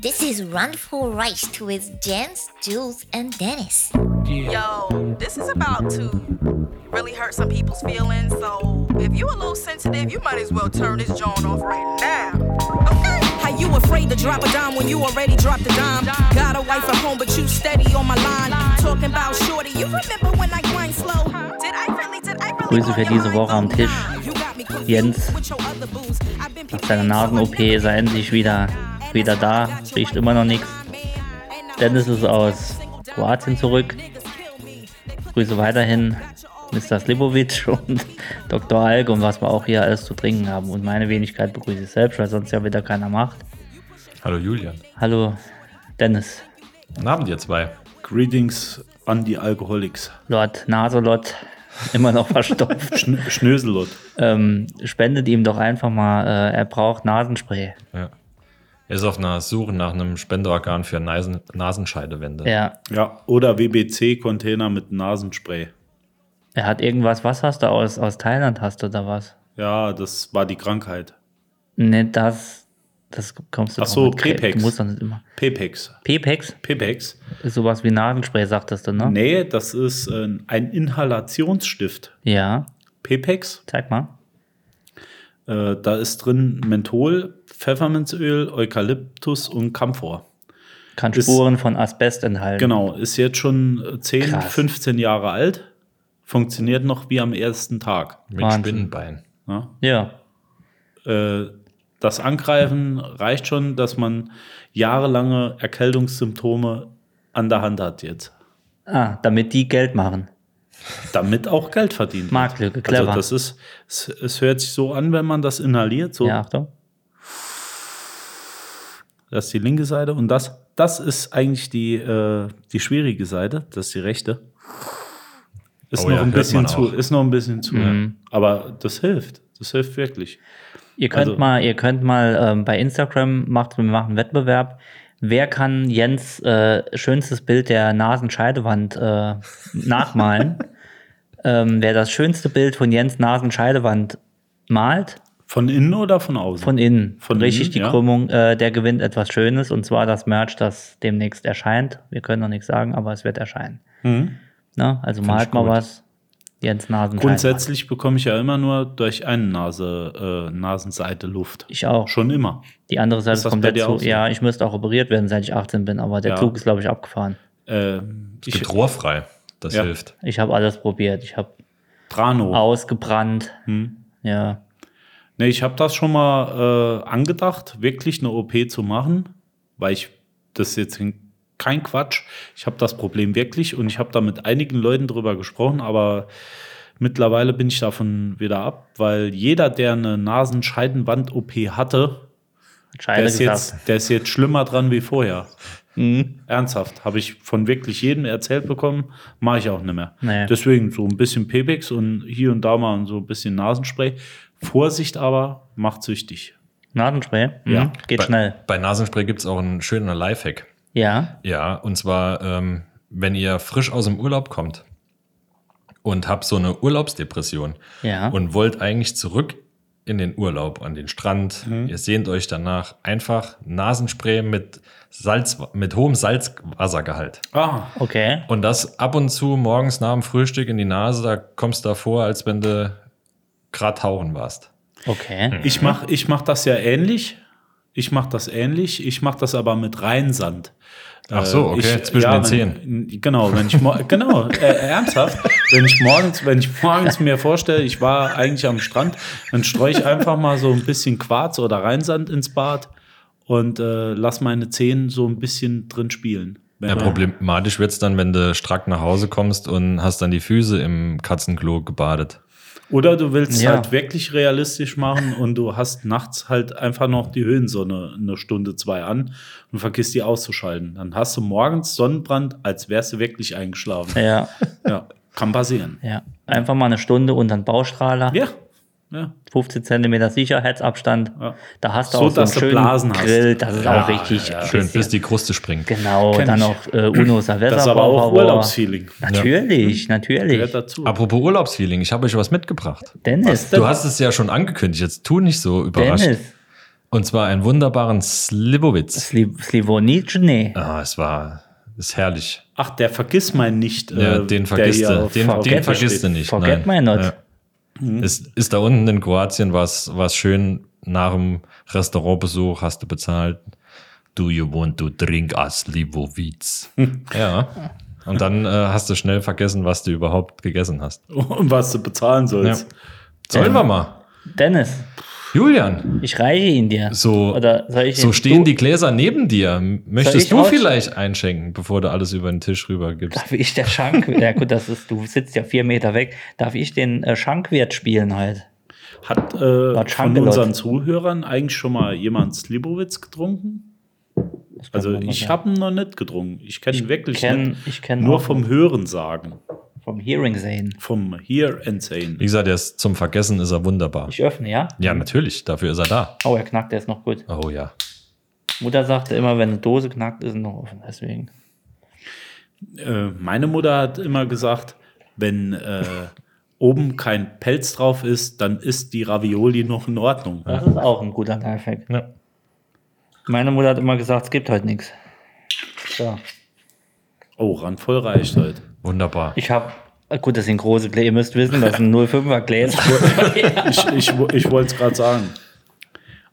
This is Run for Rice with Jens, Jules, and Dennis. Yo, this is about to really hurt some people's feelings. So if you a little sensitive, you might as well turn this joint off right now. Okay. How you afraid to drop a dime when you already dropped a dime? Got a wife at home, but you steady on my line. Talking about shorty, you remember when I grind slow? Did I really, did I really Grüße für diese Woche am Tisch. Jens. Nach Seine Nasen-OP sei endlich wieder, wieder da. Riecht immer noch nichts. Dennis ist aus Kroatien zurück. Grüße weiterhin Mr. Slivovic und Dr. Alk und was wir auch hier alles zu trinken haben. Und meine Wenigkeit begrüße ich selbst, weil sonst ja wieder keiner macht. Hallo Julian. Hallo Dennis, Guten Abend, ihr zwei. Greetings an die Alkoholics. Lord Nasolot, immer noch verstopft. Schn Schnöselot. ähm, spendet ihm doch einfach mal, äh, er braucht Nasenspray. Ja. Er ist auf einer Suche nach einem Spenderorgan für Nasen Nasenscheidewände. Ja, Ja, oder WBC-Container mit Nasenspray. er hat irgendwas, was hast du aus, aus Thailand hast du da was? Ja, das war die Krankheit. Ne, das, das kommst du Ach doch so, mit Krebs. Pepex. Du musst doch nicht immer. Pepex. Pepex Pepex? ist sowas wie Nasenspray, sagtest du, ne? E Nee, das ist äh, ein Inhalationsstift. Ja, Pepex, zeig mal. äh, da ist drin Menthol, Pfefferminzöl, Eukalyptus und Camphor. Kann Ist- Spuren von Asbest enthalten. Genau, ist jetzt schon äh, 10, Krass. 15 Jahre alt, funktioniert noch wie am ersten Tag. Mit Wahnsinn. Spinnenbein. Ne? Ja, äh, das Angreifen reicht schon, dass man jahrelange Erkältungssymptome an der Hand hat jetzt. ah, damit die Geld machen. Damit auch Geld verdient wird. Marktlücke, clever. Also das ist, es, es hört sich so an, wenn man das inhaliert, so Ja, Achtung. das ist die linke Seite und das, das ist eigentlich die, äh, die schwierige Seite, das ist die rechte. Ist, Oh noch, ja, hört ein man bisschen zu, auch. ist noch ein bisschen zu, Mhm. aber das hilft, das hilft wirklich. Ihr könnt Also- mal, ihr könnt mal ähm, bei Instagram macht, wir machen einen Wettbewerb. Wer kann Jens äh, schönstes Bild der Nasenscheidewand äh, nachmalen? ähm, wer das schönste Bild von Jens Nasenscheidewand malt, Von innen oder von außen? von innen, Von richtig innen, die ja. Krümmung, äh, der gewinnt etwas Schönes und zwar das Merch, das demnächst erscheint. Wir können noch nichts sagen, aber es wird erscheinen. Mhm. Ne? Also ich malt mal gut. was. Jens Nasenscheidewand. Grundsätzlich bekomme ich ja immer nur durch eine Nase, äh, Nasenseite Luft. Ich auch. Schon immer. Die andere Seite Ist das kommt bei dir dazu. auch so? Ja, ich müsste auch operiert werden, seit ich 18 bin, aber der Ja. Zug ist, glaube ich, abgefahren. Äh, Es ich, gibt rohrfrei. Das Ja. hilft. Ich habe alles probiert. Ich habe Trano. ausgebrannt. Hm. Ja. Nee, ich habe das schon mal äh, angedacht, wirklich eine OP zu machen, weil ich das ist jetzt kein Quatsch. Ich habe das Problem wirklich und ich habe da mit einigen Leuten drüber gesprochen, aber mittlerweile bin ich davon wieder ab, weil jeder, der eine Nasenscheidenwand-OP hatte, der Scheiße ist, gesagt. jetzt, der ist jetzt schlimmer dran wie vorher. Ernsthaft, habe ich von wirklich jedem erzählt bekommen, mache ich auch nicht mehr. Nee. Deswegen so ein bisschen Pebex und hier und da mal so ein bisschen Nasenspray. Vorsicht aber, macht süchtig. Nasenspray. Mhm. Ja. Geht bei, schnell. Bei Nasenspray gibt es auch einen schönen Lifehack. Ja. Ja, und zwar, ähm, wenn ihr frisch aus dem Urlaub kommt und habt so eine Urlaubsdepression Ja. und wollt eigentlich zurück in den Urlaub, an den Strand, ihr sehnt euch danach, einfach Nasenspray mit, Salz, mit hohem Salzwassergehalt. Ah, Okay. Und das ab und zu morgens nach dem Frühstück in die Nase, da kommst du davor, als wenn du grad tauchen warst. Okay. ich mache ich mach das ja ähnlich. Ich mache das ähnlich. Ich mache das aber mit Reinsand. Ach so, Äh, okay, zwischen den wenn, Zehen. Genau, wenn ich mor- genau äh, ernsthaft, wenn ich morgens, wenn ich morgens mir vorstelle, ich war eigentlich am Strand, dann streue ich einfach mal so ein bisschen Quarz oder Reinsand ins Bad und äh, lass meine Zehen so ein bisschen drin spielen. Wenn Ja, man- problematisch wird's dann, wenn du strack nach Hause kommst und hast dann die Füße im Katzenklo gebadet. Oder du willst es Ja. halt wirklich realistisch machen und du hast nachts halt einfach noch die Höhensonne eine Stunde, zwei an und vergisst die auszuschalten. Dann hast du morgens Sonnenbrand, als wärst du wirklich eingeschlafen. Ja. Ja, kann passieren. Ja. Einfach mal eine Stunde unter den Baustrahler. Ja, ja. 15 Zentimeter Sicherheitsabstand. Ja. Da hast du So, auch so einen dass du schönen Blasen hast. Grill. Das ist auch richtig Schön, bisschen- bis die Kruste springt. Genau. Kenn Dann ich. noch äh, Uno Savessa. Das ist aber auch Urlaubsfeeling. Natürlich, natürlich. Gehört dazu. Apropos Urlaubsfeeling, ich habe euch was mitgebracht. Dennis, Du hast es ja schon angekündigt, jetzt tu nicht so überrascht. Dennis, Und zwar einen wunderbaren Slivovitz. Sli- Slivonitschne. Ah, es war, ist herrlich. Ach, der vergiss mein nicht. Ja, äh, den der vergisst hier du. auf Den, den VGT vergisst du steht. nicht. Forget nein. my not. Ja. Ist, ist da unten in Kroatien was was schön nach dem Restaurantbesuch hast du bezahlt. Do you want to drink a Slivovic? ja. Und dann äh, hast du schnell vergessen, was du überhaupt gegessen hast. Und um was du bezahlen sollst. Sollen wir mal. Dennis, Julian, ich reiche ihn dir. so, Oder soll ich so ihn- stehen du, die Gläser neben dir. ich Möchtest du raus- vielleicht einschenken, bevor du alles über den Tisch rüber gibst? Darf ich der Schank? ja gut, das ist, du sitzt ja vier Meter weg. Darf ich den äh, Schankwirt spielen halt? Hat äh, von Schankelot. unseren Zuhörern eigentlich schon mal jemand Slivovitz getrunken? Also man mal ich sagen. habe ihn noch nicht getrunken. Ich kenne ihn wirklich kenn- nicht. ich kenn Nur auch vom Hören sagen. Vom Hearing sehen. Vom Hear and Sane. Wie gesagt, der ist zum Vergessen ist er wunderbar. Ich öffne, ja? Ja, natürlich, dafür ist er da. Oh, er knackt, der ist noch gut. Oh ja. Mutter sagte immer, wenn eine Dose knackt, ist sie noch offen. Deswegen. Äh, meine Mutter hat immer gesagt, wenn äh, oben kein Pelz drauf ist, dann ist die Ravioli noch in Ordnung. Das ist auch ein guter Lifehack. ja. Meine Mutter hat immer gesagt, es gibt heute nichts. So. Oh, randvoll reicht heute. Wunderbar. Ich habe, gut, das sind große Gläser. Ihr müsst wissen, das sind 05er Gläser. Ich, ich, ich wollte es gerade sagen.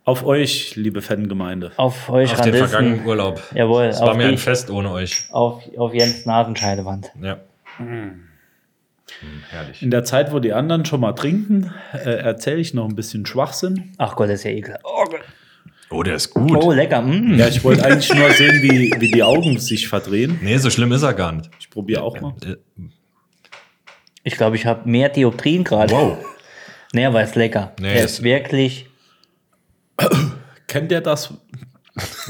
Auf euch, liebe Fangemeinde. Auf euch Auf den vergangenen Randisten. Urlaub. Jawohl, Es war auf mir ein dich. Fest ohne euch. Auf, auf Jens Nasenscheidewand. Ja. Hm, herrlich. In der Zeit, wo die anderen schon mal trinken, äh, erzähle ich noch ein bisschen Schwachsinn. Ach Gott, das ist ja ekelhaft. Oh, Gott. Oh, der ist gut. oh lecker. Mm. Ja, ich wollte eigentlich nur sehen, wie, wie die Augen sich verdrehen. Nee, so schlimm ist er gar nicht. Ich probiere auch mal. Äh, Ich glaube, ich habe mehr Dioptrien gerade. Wow. Nee, aber ist lecker. Nee, Der ist- ist wirklich. Kennt ihr das?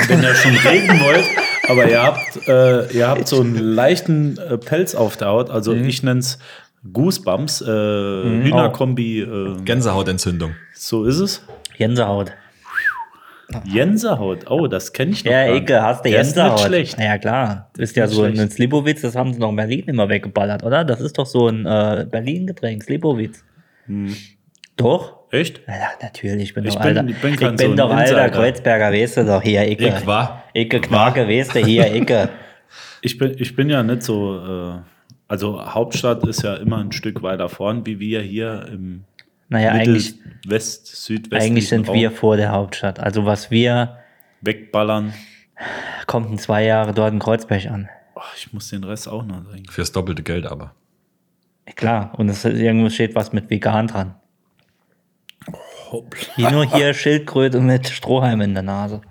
Wenn ihr schon reden wollt, aber ihr habt, äh, ihr habt so einen leichten äh, Pelz auf der Haut. Also Mhm. ich nenne es Goosebumps, äh, Hühnerkombi, äh, Gänsehautentzündung. so ist es. Gänsehaut. Jensehaut, oh, das kenne ich noch Ja, gar Ekel, nicht. hast du Der ist Gänsehaut. nicht schlecht. Ja, klar. Das ist ja nicht so schlecht. ein Slibowitz, das haben sie noch in Berlin immer weggeballert, oder? Das ist doch so ein äh, Berlin-Getränk, Slibowitz. Doch? Echt? Ja, natürlich, ich bin Hm. Ich doch bin- alter. ich bin ich kein bin so ein doch alter Insider. Kreuzberger, weißt du doch hier, Icke. Ich war. Icke Knarke, weißt du hier, Icke. Ich bin, ich bin ja nicht so, äh, also Hauptstadt ist ja immer ein Stück weiter vorn, wie wir hier im Naja, eigentlich, Mittelwest, Südwest. eigentlich sind wir vor der Hauptstadt. Also was wir, Wegballern. kommt in zwei Jahre dort in Kreuzberg an. Oh, ich muss den Rest auch noch sagen. Fürs doppelte Geld aber. Klar, und es irgendwo steht was mit vegan dran. Hier nur hier Schildkröte mit Strohhalm in der Nase.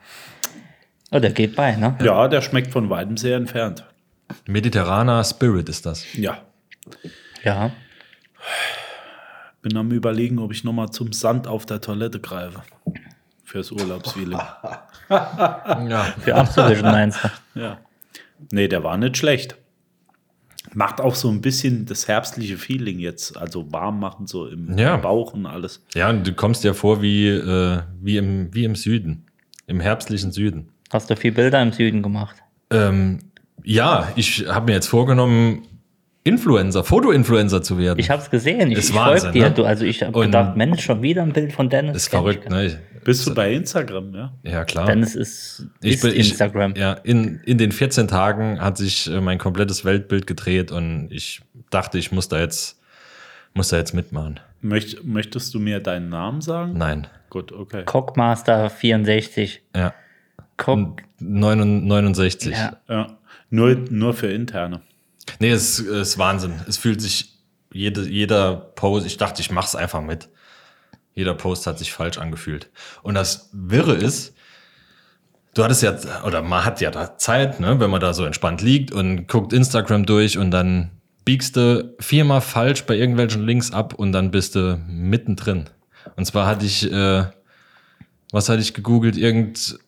Oh, der geht bei, ne? Ja, der schmeckt von weitem sehr entfernt. Mediterraner Spirit ist das. Ja. Ja. Bin am überlegen, ob ich nochmal zum Sand auf der Toilette greife. Fürs Urlaubswillen. Ja. Für Absolution meinst du? Ja. Nee, der war nicht schlecht. Macht auch so ein bisschen das herbstliche Feeling jetzt. Also warm machen, so im Ja. Bauch und alles. Ja, und du kommst dir vor wie, äh, wie, im, wie im Süden. Im herbstlichen Süden. Hast du viel Bilder im Süden gemacht? Ähm, ja, ich habe mir jetzt vorgenommen, Influencer, Foto-Influencer zu werden. Ich hab's gesehen, ich, Ist ich Wahnsinn, folge dir. ne? Du, also ich habe Und- gedacht, Mensch, schon wieder ein Bild von Dennis. ist Kenn ich verrückt, gar nicht. ne? Bist du bei Instagram, ja? Ja, klar. Dennis ist, ist Instagram. Ich, ja, in, in den 14 Tagen hat sich äh, mein komplettes Weltbild gedreht und ich dachte, ich muss da jetzt, muss da jetzt mitmachen. Möcht, möchtest du mir deinen Namen sagen? Nein. Gut, okay. Cockmaster 64. Ja. Cock, 9 69. Ja. Ja. Nur, nur für interne. Nee, es ist, ist Wahnsinn. Es fühlt sich jede, jeder Post, ich dachte, ich mach's einfach mit. Jeder Post hat sich falsch angefühlt. Und das Wirre ist, du hattest ja, oder man hat ja da Zeit, ne, wenn man da so entspannt liegt und guckt Instagram durch und dann biegst du viermal falsch bei irgendwelchen Links ab und dann bist du mittendrin. Und zwar hatte ich, äh, was hatte ich gegoogelt? Irgend,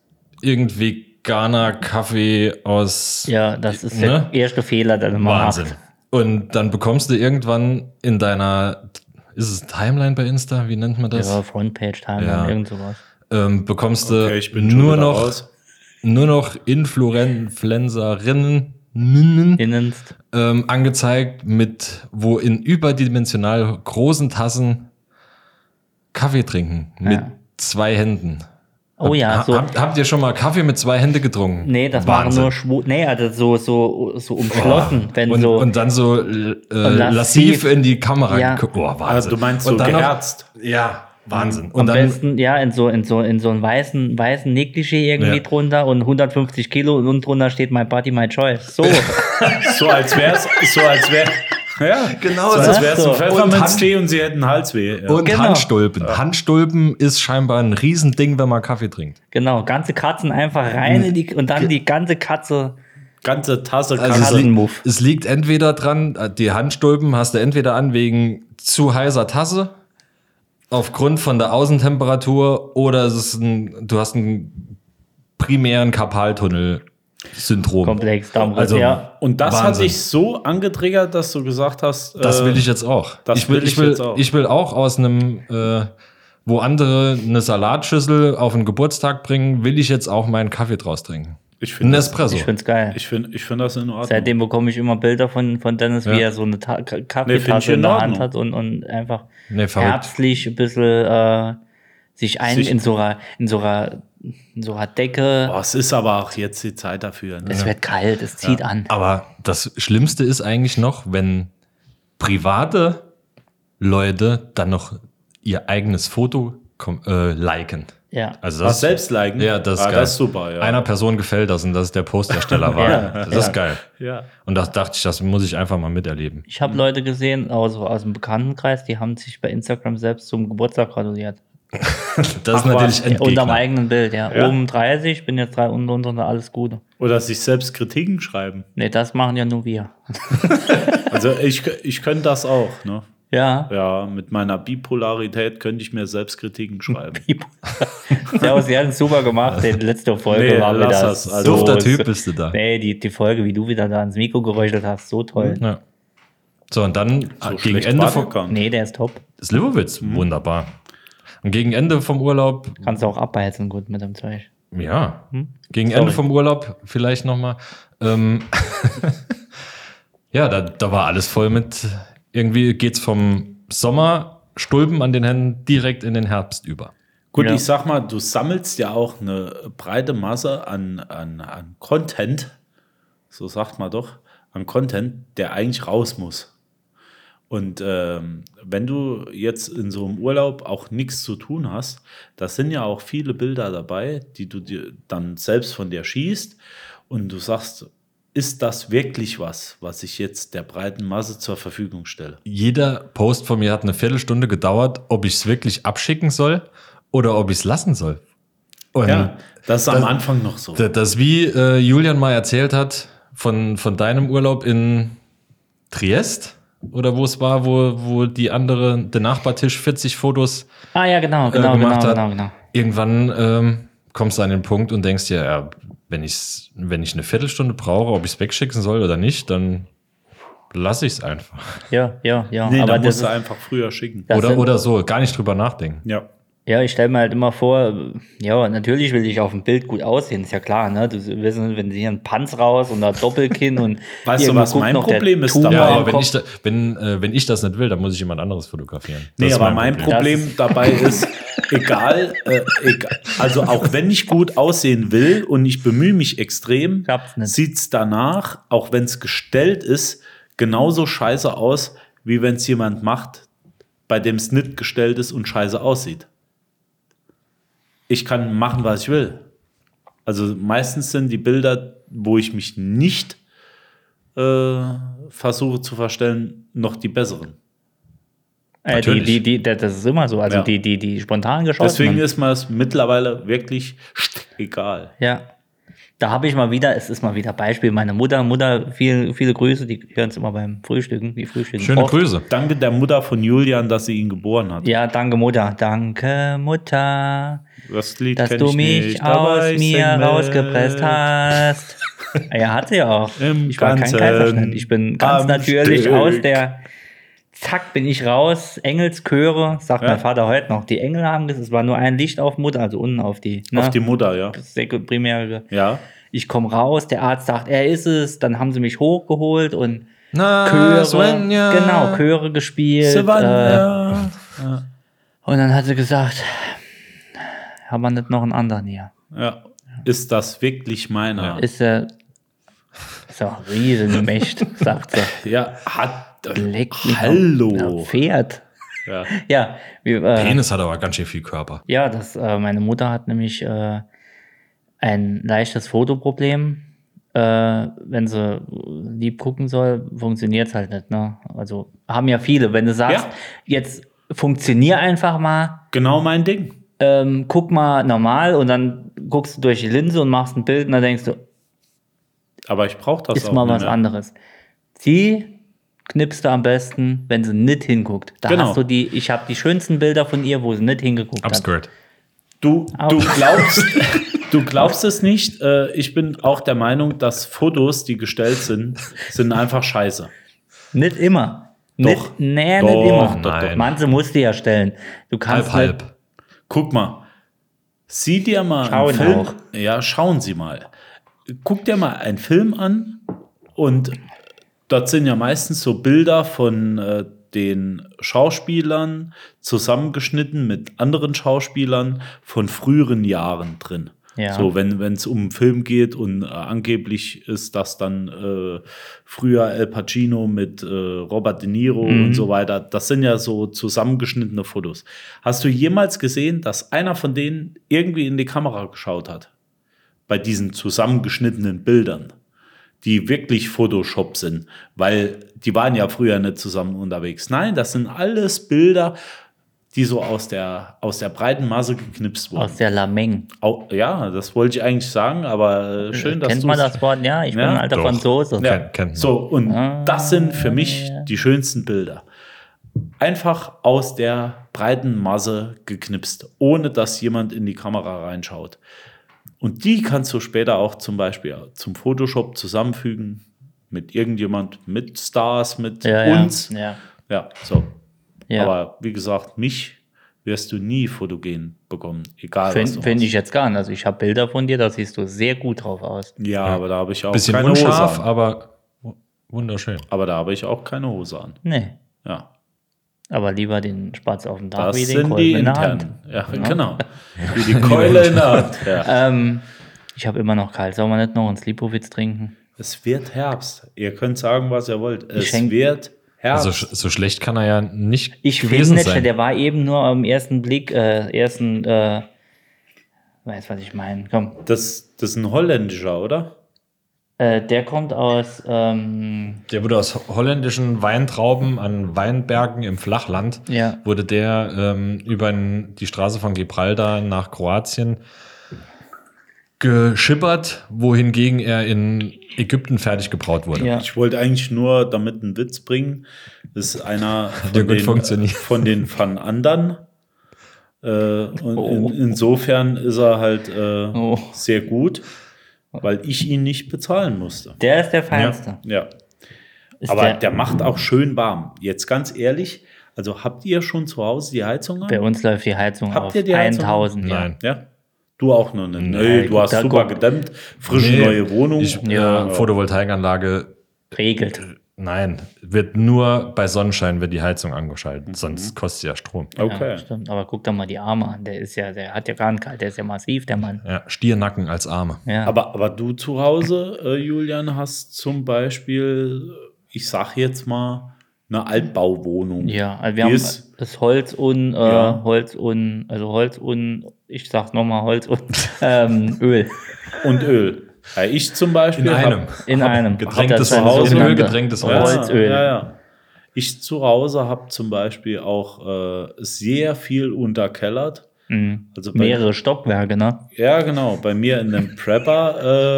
irgend veganer Kaffee aus ja, das ist Ne? der erste Fehler, den man Wahnsinn. macht. Und dann bekommst du irgendwann in deiner, ist es Timeline bei Insta? Wie nennt man das? Ja, Frontpage, Timeline, Ja. irgend sowas. Ähm, bekommst du Okay, ich bin schon nur, wieder noch, raus. nur noch Influencerinnen ninnen, Innenst. ähm, angezeigt, mit wo in überdimensional großen Tassen Kaffee trinken. Mit Ja. zwei Händen. Oh ja, Ha- so. Habt, habt ihr schon mal Kaffee mit zwei Händen getrunken? Nee, das Wahnsinn. Oh. waren nur Schwul. Nee, also so, so, so umschlossen, wenn und, so. und dann so äh, lassiv. lassiv in die Kamera Ja. geguckt. Oh, Wahnsinn. Also du meinst so und dann geherzt. Noch, ja, Wahnsinn. Hm. am Und dann, besten, ja, in so, in so, in so einen weißen, weißen Negligé irgendwie Ja. drunter und 150 Kilo und unten drunter steht My Body, My Choice. So. So als wär's, so als wär, ja, Genau so so. als wär's So. ein Und Pfefferminztee und, sie hätten Halsweh. Ja. und Genau. Handstulpen. Handstulpen ist scheinbar ein Riesending, wenn man Kaffee trinkt. genau. Ganze Katzen einfach rein in die, und dann die ganze Katze. ganze Tasse Also es, Katzen- Kaffee. liegt, es liegt entweder dran, äh, die Handstulpen hast du entweder an wegen zu heißer Tasse aufgrund von der Außentemperatur oder es ist ein, du hast einen primären Karpaltunnel-Syndrom. Komplex, Darmriss, also, ja. Und das hat Wahnsinn. dich so angetriggert, dass du gesagt hast, Das äh, will ich jetzt auch. das ich will, will ich ich will, jetzt auch. Ich will auch aus einem, äh, wo andere eine Salatschüssel auf einen Geburtstag bringen, will ich jetzt auch meinen Kaffee draus trinken. Ich Ein finde das, Espresso. Ich find's geil. ich find, ich find das in Ordnung. Seitdem bekomme ich immer Bilder von, von Dennis, wie Ja. er so eine Ta Ka- Nee, find ich Kaffeetasse in in der Ordnung. Hand hat und, und einfach Nee, verrückt. herbstlich ein bisschen äh, sich ein Sich- in so einer in so einer in so einer Decke. Oh, es ist aber auch jetzt die Zeit dafür. Ne? es wird kalt, es zieht an. Aber das Schlimmste ist eigentlich noch, wenn private Leute dann noch ihr eigenes Foto kom- äh, liken. Ja. Also Was das, selbst liken? ja, das ist ah, geil. das ist super, ja. Einer Person gefällt das und das ist der Postersteller war. Ja. das ist geil. ja. Und das dachte ich, das muss ich einfach mal miterleben. Ich habe Leute gesehen aus, aus dem Bekanntenkreis, die haben sich bei Instagram selbst zum Geburtstag gratuliert. Das Ach, ist natürlich was? Unter meinem entgegen. eigenen Bild, ja. Ja. Oben 30, bin jetzt drei unten drunter, alles Gute. Oder sich selbst Kritiken schreiben. Nee, das machen ja nur wir. Also ich, ich könnte das auch, ne? Ja. Ja, mit meiner Bipolarität könnte ich mir selbst Kritiken schreiben. Servus, ihr habt es super gemacht. Die letzte Folge Nee, war wieder lass das. Also- so- Dufter Typ bist du da. Nee, die, die Folge, wie du wieder da ins Mikro geröchelt hast, so toll. Ja. So, und dann Ah, Ah, So gegen schlecht Ende war vom gekommen. Nee, der ist top. Slivovitz, Hm. wunderbar. Und gegen Ende vom Urlaub, Kannst du auch abbeizen gut mit dem Zeug. ja, Hm. gegen Sorry. Ende vom Urlaub vielleicht nochmal. Ähm, ja, da, da war alles voll mit, irgendwie geht's vom Sommer, Stulpen an den Händen, direkt in den Herbst über. Gut, Ja. ich sag mal, du sammelst ja auch eine breite Masse an, an, an Content, so sagt man doch, an Content, der eigentlich raus muss. Und ähm, wenn du jetzt in so einem Urlaub auch nichts zu tun hast, da sind ja auch viele Bilder dabei, die du dir dann selbst von dir schießt und du sagst, ist das wirklich was, was ich jetzt der breiten Masse zur Verfügung stelle? Jeder Post von mir hat eine Viertelstunde gedauert, ob ich's wirklich abschicken soll oder ob ich's lassen soll. Und Ja, das ist am Anfang noch so. Das, das wie äh, Julian mal erzählt hat von, von deinem Urlaub in Triest oder wo es war, wo, wo die andere, der Nachbartisch 40 Fotos Ah ja, genau, äh, genau, genau, gemacht hat. genau, genau. Irgendwann ähm, kommst du an den Punkt und denkst dir, ja, wenn, ich's, wenn ich eine Viertelstunde brauche, ob ich es wegschicken soll oder nicht, dann lasse ich es einfach. Ja, ja, ja. Nee, Aber da das musst du ist, einfach früher schicken. das Oder, sind- oder so, gar nicht drüber nachdenken. Ja. Ja, ich stelle mir halt immer vor, ja, natürlich will ich auf dem Bild gut aussehen, ist ja klar, ne? Du wissen, wenn sie hier einen Panz raus und da Doppelkinn und Weißt du, irgendwo was guckt mein noch der Problem ist Tumor dabei? Ja, im aber wenn Kopf. ich, da, wenn, äh, wenn ich das nicht will, dann muss ich jemand anderes fotografieren. Das Nee, ist aber mein Problem, dabei ist, egal, äh, egal, also auch wenn ich gut aussehen will und ich bemühe mich extrem, Klappt's nicht. sieht es danach, auch wenn es gestellt ist, genauso scheiße aus, wie wenn es jemand macht, bei dem es nicht gestellt ist und scheiße aussieht. Ich kann machen, was ich will. Also meistens sind die Bilder, wo ich mich nicht äh, versuche zu verstellen, noch die besseren. Äh, die, Natürlich. die, die, das ist immer so, also Ja. die, die, die spontan geschossen. Deswegen ist mir das mittlerweile wirklich egal. Ja. Da habe ich mal wieder, es ist mal wieder Beispiel, meine Mutter, Mutter, viel, viele Grüße, die hören es immer beim Frühstücken, die Frühstücken. Schöne oft. Grüße. Danke der Mutter von Julian, dass sie ihn geboren hat. Ja, danke Mutter, danke Mutter, Das Lied dass kenn du ich mich nicht, aber aus ich mir sing mit. rausgepresst hast. Ja, hat sie auch. Im ich war kein Ganzen Kaiserschnitt. Ich bin ganz am natürlich Stück. aus der, zack, bin ich raus, Engelschöre, sagt Ja. mein Vater heute noch. Die Engel haben das, es war nur ein Licht auf Mutter, also unten auf die, ne, Auf die Mutter, ja. Sek- primäre Ja. Ich komme raus, der Arzt sagt, er ist es. Dann haben sie mich hochgeholt und Ah, Na, Chöre, Svenja. genau, Chöre gespielt. Äh, Savannah. und dann hat sie gesagt, Haben wir nicht noch einen anderen hier? Ja. Ist das wirklich meiner? Ist er. Ist auch Riesenmächt, sagt sie. Ja, hat. äh, Leck mich am- am Hallo. Pferd. Ja. Ja, wir, äh, Penis hat aber ganz schön viel Körper. ja das, äh, meine Mutter hat nämlich äh, ein leichtes Fotoproblem. Äh, wenn sie äh, lieb gucken soll, funktioniert es halt nicht. Ne? Also haben ja viele. Wenn du sagst, Ja. jetzt funktionier einfach mal, Genau mein Ding. ähm, guck mal normal und dann guckst du durch die Linse und machst ein Bild und dann denkst du, Aber ich brauche das ist auch mal nicht was mehr. anderes. Sie knipst da am besten, wenn sie nicht hinguckt. Da Genau. hast du die, ich habe die schönsten Bilder von ihr, wo sie nicht hingeguckt hat. Upskirt. Du, du Au. glaubst, du glaubst es nicht. Äh, ich bin auch der Meinung, dass Fotos, die gestellt sind, sind einfach scheiße. Nicht immer. Doch. Nicht, nee, Doch, nicht immer. doch, doch. Mann, sie musst die ja stellen. Du kannst Halb, nicht- halb. Guck mal, sieh dir mal Schauen einen Film. auch. Ja, schauen Sie mal. Guck dir mal einen Film an und dort sind ja meistens so Bilder von äh, den Schauspielern zusammengeschnitten mit anderen Schauspielern von früheren Jahren drin. Ja. So, wenn es um einen Film geht und äh, angeblich ist das dann äh, früher El Pacino mit äh, Robert De Niro und so weiter. Das sind ja so zusammengeschnittene Fotos. Hast du jemals gesehen, dass einer von denen irgendwie in die Kamera geschaut hat? Bei diesen zusammengeschnittenen Bildern, die wirklich Photoshop sind, weil die waren ja früher nicht zusammen unterwegs. Nein, das sind alles Bilder, die so aus der, aus der breiten Masse geknipst wurden. Aus der Lameng. Au- ja, das wollte ich eigentlich sagen, aber äh, schön, dass Kennt du man das Wort? Ja, ich Ja, bin ein alter doch. Franzose. ja. Kennt- kennt man. So, und Ah. das sind für mich die schönsten Bilder. Einfach aus der breiten Masse geknipst, ohne dass jemand in die Kamera reinschaut. Und die kannst du später auch zum Beispiel zum Photoshop zusammenfügen mit irgendjemand, mit Stars, mit Ja, ja. uns. Ja, Ja. so. Ja. Aber wie gesagt, mich wirst du nie fotogen bekommen, egal was du Finde find machst. ich jetzt gar nicht. Also ich habe Bilder von dir, da siehst du sehr gut drauf aus. Ja, aber da habe ich auch Bisschen keine unscharf, Hose an. aber wu- wunderschön. Aber da habe ich auch keine Hose an. Nee. Ja, Aber lieber den Spatz auf dem Dach das wie den sind Kolben die in der Hand. internen. Ja, genau. Wie die Keule in der Hand. Ja. Ähm, ich habe immer noch kalt. Sollen wir nicht noch einen Slipowitz trinken? Es wird Herbst. Ihr könnt sagen, was ihr wollt. Es schenk- wird Herbst. Also sch- so schlecht kann er ja nicht Ich gewesen finde sein. der war eben nur am ersten Blick, äh, ersten, äh, weiß was ich meine. Komm, das, das ist ein holländischer, oder? äh, der kommt aus, ähm, Der wurde aus holländischen Weintrauben an Weinbergen im Flachland, Ja. wurde der ähm, über n- die Straße von Gibraltar nach Kroatien geschippert, wohingegen er in Ägypten fertig gebraut wurde. ja, Ich wollte eigentlich nur damit einen Witz bringen. Das ist einer Der von, gut den, äh, funktioniert. von den Van Andern. Äh, und in, insofern ist er halt äh, Oh. sehr gut, weil ich ihn nicht bezahlen musste. der ist der feinste. Ja. Ist Aber der, der, macht auch schön warm. Jetzt ganz ehrlich, also habt ihr schon zu Hause die Heizung an? bei uns läuft die Heizung Habt auf ihr die Heizung? 1000. ja. Nein. Ja. Du auch noch nicht. Nee, Nee, du gut, hast da super guck- gedämmt. Frische Nee, neue Wohnung. Ich, Ja. äh, Photovoltaikanlage, Regelt. nein, wird nur bei Sonnenschein wird die Heizung angeschaltet, Mhm. sonst kostet sie ja Strom. okay. Ja, stimmt. Aber guck doch mal die Arme an. Der ist ja, der hat ja gar nicht kalt. Der ist ja massiv, der Mann. Ja, Stiernacken als Arme. Ja. Aber, aber du zu Hause, äh, Julian, hast zum Beispiel, äh, ich sag jetzt mal, eine Altbauwohnung. Ja, also wir Die haben ist- das Holz und äh, Ja. Holz und also Holz und ich sag's nochmal Holz und ähm, Öl Und Öl. Ja, ich zum Beispiel. In hab- einem. in einem. Getränktes Das ist eine Holz, in sogenannte- Öl getränktes Ja, Holz. Holzöl. Ja, ja. Ich zu Hause habe zum Beispiel auch äh, sehr viel unterkellert. Mhm. Also bei- Mehrere Stockwerke, ne? Ja, genau. Bei mir in dem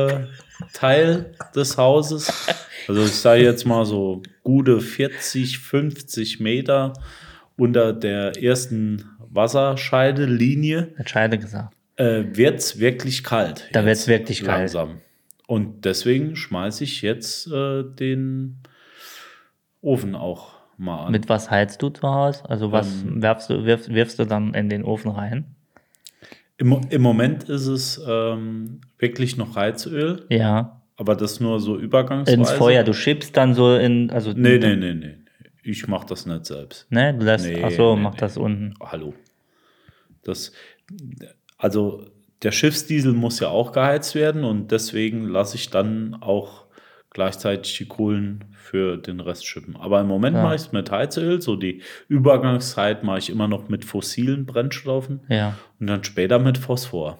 Prepper-Teil des Hauses. Also ich sage jetzt mal so gute 40, 50 Meter unter der ersten Wasserscheidelinie Hat Scheide gesagt. äh, wird es wirklich kalt. Da wird's jetzt wirklich kalt. Langsam. Und deswegen schmeiße ich jetzt äh, den Ofen auch mal an. Mit was heizt du zu Hause? Also was Ähm. werfst du, wirfst, wirfst du dann in den Ofen rein? Im, Mo- Im Moment ist es ähm, wirklich noch Heizöl, Ja. aber das nur so übergangsweise. Ins Feuer. Du schiebst dann so in, also Nee, nee, nee, nee. Ich mache das nicht selbst. Ne, du lässt, Nee, ach so, nee, mach nee. das unten. Hallo. Das, also der Schiffsdiesel muss ja auch geheizt werden und deswegen lasse ich dann auch gleichzeitig die Kohlen für den Rest schippen. Aber im Moment Ja. mache ich es mit Heizöl, so die Übergangszeit mache ich immer noch mit fossilen Brennstoffen Ja. und dann später mit Phosphor.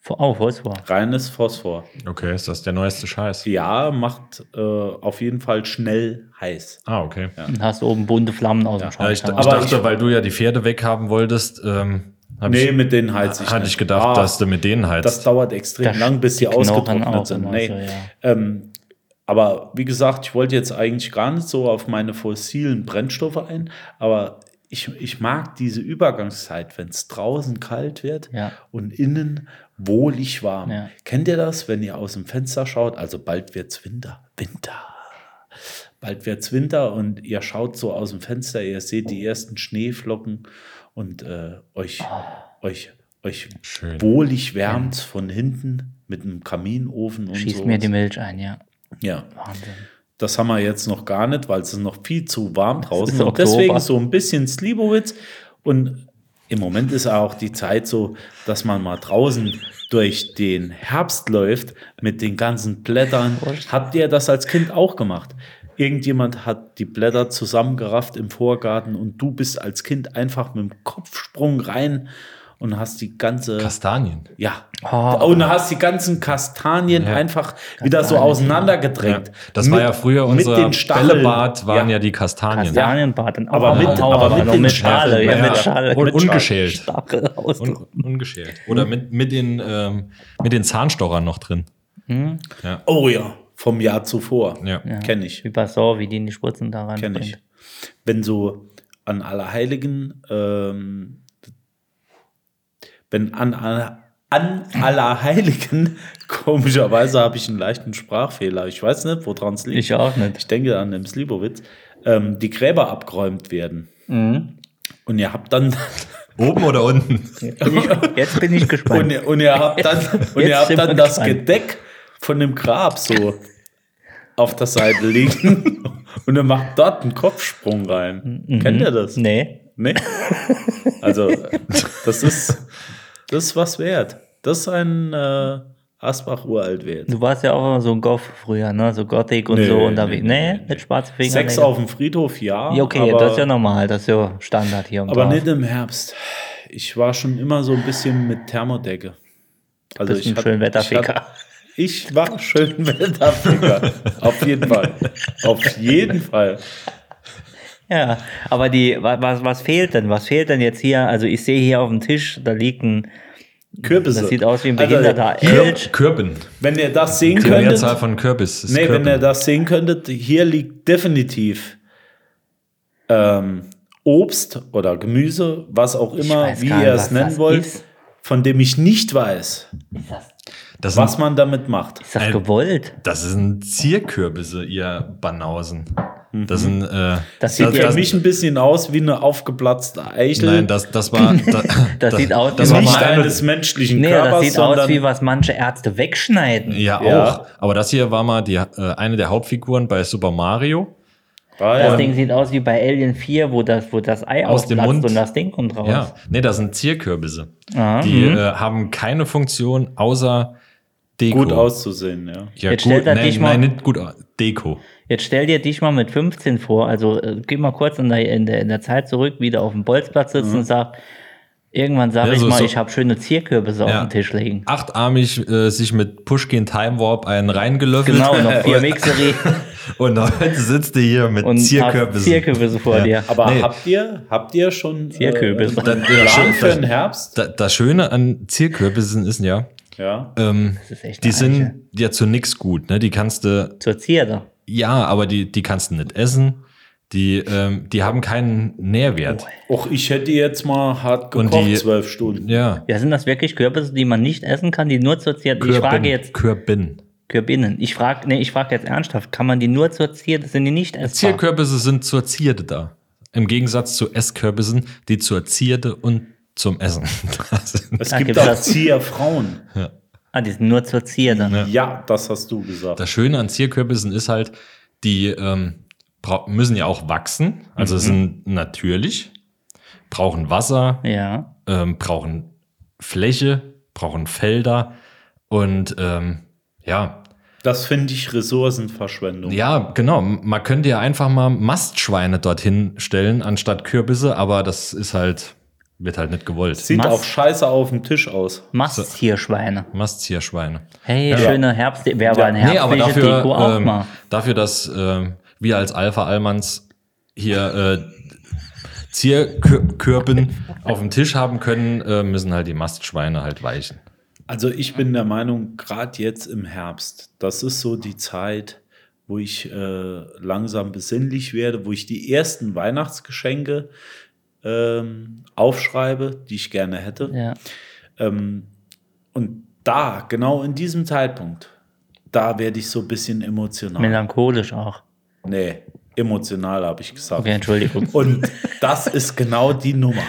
Vor- Oh, Phosphor. Reines Phosphor. Okay, ist das der neueste Scheiß? Ja, macht äh, auf jeden Fall schnell heiß. Ah, okay. Dann hast du oben bunte Flammen aus dem Ja, Ja, ich, Schrank. ich Ja, Aber dachte, ich- weil du ja die Pferde weghaben wolltest, ähm, hab Nee, ich, mit denen heiz ich hatte nicht. ich gedacht, Ah, dass du mit denen heizt. Das dauert extrem Da lang, bis die knurren auch ausgetrocknet sind. immer Nee. so, ja. ähm, aber wie gesagt, ich wollte jetzt eigentlich gar nicht so auf meine fossilen Brennstoffe ein, aber ich, ich mag diese Übergangszeit, wenn es draußen kalt wird Ja. und innen wohlig warm. Ja. Kennt ihr das, wenn ihr aus dem Fenster schaut? Also bald wird's Winter. Winter. Bald wird's Winter und ihr schaut so aus dem Fenster, ihr seht die ersten Schneeflocken und äh, euch, Ah. euch, euch Schön. wohlig wärmt von hinten mit einem Kaminofen und Schießt so. mir die Milch ein, ja. ja, Wahnsinn. das haben wir jetzt noch gar nicht, weil es ist noch viel zu warm draußen. ist Und Oktober. deswegen so ein bisschen Slibowitz. Und im Moment ist auch die Zeit so, dass man mal draußen durch den Herbst läuft mit den ganzen Blättern. Habt ihr das als Kind auch gemacht? Irgendjemand hat die Blätter zusammengerafft im Vorgarten und du bist als Kind einfach mit dem Kopfsprung rein und hast die ganze Kastanien. ja. Ah. Oh. Und du hast die ganzen Kastanien einfach wieder so auseinandergedrängt. Ja. Das war ja früher mit unser den Stacheln. Bällebad, waren ja, die Kastanien. Ja. Kastanienbart. und Aber auch- mit- auch- aber mit noch den mit Schärfen, Schale. Ja, ja. mit Schale. Und mit ungeschält. Schale. Stachel aus. Un ungeschält. Oder mit, mit, den, ähm, mit den Zahnstochern noch drin. Oh ja, vom Jahr zuvor. Ja. Ja. Kenne ich, Wie Passau, wie die in die Spritzen da rein. kenne ich. Wenn so an Allerheiligen, ähm, wenn an, an, an Allerheiligen, komischerweise habe ich einen leichten Sprachfehler. Ich weiß nicht, woran es liegt. Ich auch nicht. ich denke an dem Slibowitz, ähm, die Gräber abgeräumt werden. Mhm. Und ihr habt dann Oben oder unten? Bin ich. Jetzt bin ich gespannt. Und, ihr- und ihr habt dann, und Jetzt ihr habt sind wir dann das gespannt. Gedeck von dem Grab so auf der Seite liegen und ihr macht dort einen Kopfsprung rein. Kennt ihr das? Mhm. Nee. Nee? Also, das ist, das ist was wert. Das ist ein äh, Asbach-Uralt wert. Du warst ja auch immer so ein Goth früher, ne? So Gothic und Nee, so nee, unterwegs. Nee, nee, mit schwarzen Fingern. Sex nee. auf dem Friedhof, ja. Ja, okay, aber, das ist ja normal, das ist ja Standard hier. im aber Dorf. nicht im Herbst. Ich war schon immer so ein bisschen mit Thermodecke. Also Bist ein hab- Schönwetterficker. ich hab- Ich war schön Wetterficker. Auf jeden Fall. Auf jeden Fall. Ja, aber die, wa- was, was fehlt denn? Was fehlt denn jetzt hier? Also ich sehe hier auf dem Tisch, da liegt ein, Kürbisse. das sieht aus wie ein Also, behinderter Kür Elch. Kürben. wenn ihr das sehen Die könntet. Mehrzahl von Kürbis. ist nee, Kürben. wenn ihr das sehen könntet, hier liegt definitiv ähm, Obst oder Gemüse, was auch immer, weiß wie gar ihr nicht, es was nennen das wollt, ist. von dem ich nicht weiß, das, was sind, man damit macht. Ist das Ein- gewollt? das sind Zierkürbisse, ihr Banausen. Mhm. Das sind. Äh, Das sieht ja Also Für mich ein bisschen aus wie eine aufgeplatzte Eichel. Nein, das, das war. Da, Das sieht aus das wie war nicht mal eine, eines menschlichen Nee, Körpers, das sieht sondern aus wie was manche Ärzte wegschneiden. Ja, Ja. auch. Aber das hier war mal die, äh, eine der Hauptfiguren bei Super Mario. Ah, Das ja. Ding sieht aus wie bei Alien 4, wo das, wo das Ei Ähm, Aus dem ausplatzt Mund. und das Ding kommt raus. Ja. Nee, das sind Zierkürbisse. Ah, Die mhm. äh, haben keine Funktion außer Deko. gut auszusehen, ja. Ja, Jetzt gut, stellt er nein, dich mal- nein, nicht gut aus. Deko. Jetzt stell dir dich mal mit 15 vor, also äh, geh mal kurz in der, in der, in der Zeit zurück, wieder auf dem Bolzplatz sitzen und sag, irgendwann sage Mhm. Ja, ich so- mal, so- ich habe schöne Zierkürbisse auf Ja. dem Tisch liegen. Achtarmig äh, sich mit Pushkin Time Warp einen reingelöffelt. Genau, noch vier Mixerie Und heute sitzt ihr hier mit und hast Zierkürbissen. Zierkürbisse vor Ja. dir. Aber Nee. habt ihr, habt ihr schon Zierkürbis. Äh, einen Das- das- Plan für das- den Herbst? Da, das Schöne an Zierkürbissen ist ja, Ja. ähm, ist echt die eine sind Eiche. ja zu nix gut. Ne? Die kannst du Zur Zierde. Ja, aber die, die kannst du nicht essen. Die, ähm, die haben keinen Nährwert. Och, ich hätte jetzt mal hart Und gekocht, die- zwölf Stunden. Ja. Ja, sind das wirklich Kürbisse, die man nicht essen kann, die nur zur Zierde? Ich frage jetzt Ah. Kürbin. Kürbinnen. Ich frage, nee, ich frage jetzt ernsthaft, kann man die nur zur Zierde, sind die nicht essbar? Zierkürbisse sind zur Zierde da. Im Gegensatz zu Esskürbissen, die zur Zierde und zum Essen da sind. Es Da gibt gibt's auch das- Zierfrauen. Ah, die sind nur zur Zierde. Ja, das hast du gesagt. Das Schöne an Zierkürbissen ist halt, die ähm, bra- müssen ja auch wachsen. Also sind natürlich, brauchen Wasser, Ja. ähm, brauchen Fläche, brauchen Felder und ähm, ja, Das finde ich Ressourcenverschwendung. ja, genau. Man könnte ja einfach mal Mastschweine dorthin stellen anstatt Kürbisse, aber das ist halt wird halt nicht gewollt. Sieht Mast- auch scheiße auf dem Tisch aus. Masttierschweine. Mastzierschweine. Hey, schöne Herbst. Wäre aber ein Nee, aber herbstliche dafür, Deko auch ähm, mal. dafür dass ähm, wir als Alpha Almans hier äh, Zierkürben auf dem Tisch haben können, äh, müssen halt die Mastschweine halt weichen. Also ich bin der Meinung, gerade jetzt im Herbst, das ist so die Zeit, wo ich äh, langsam besinnlich werde, wo ich die ersten Weihnachtsgeschenke ähm, aufschreibe, die ich gerne hätte. Ja. Ähm, und da, genau in diesem Zeitpunkt, da werde ich so ein bisschen emotional. Melancholisch auch. nee, emotional habe ich gesagt. Okay, Entschuldigung. Und das ist genau die Nummer.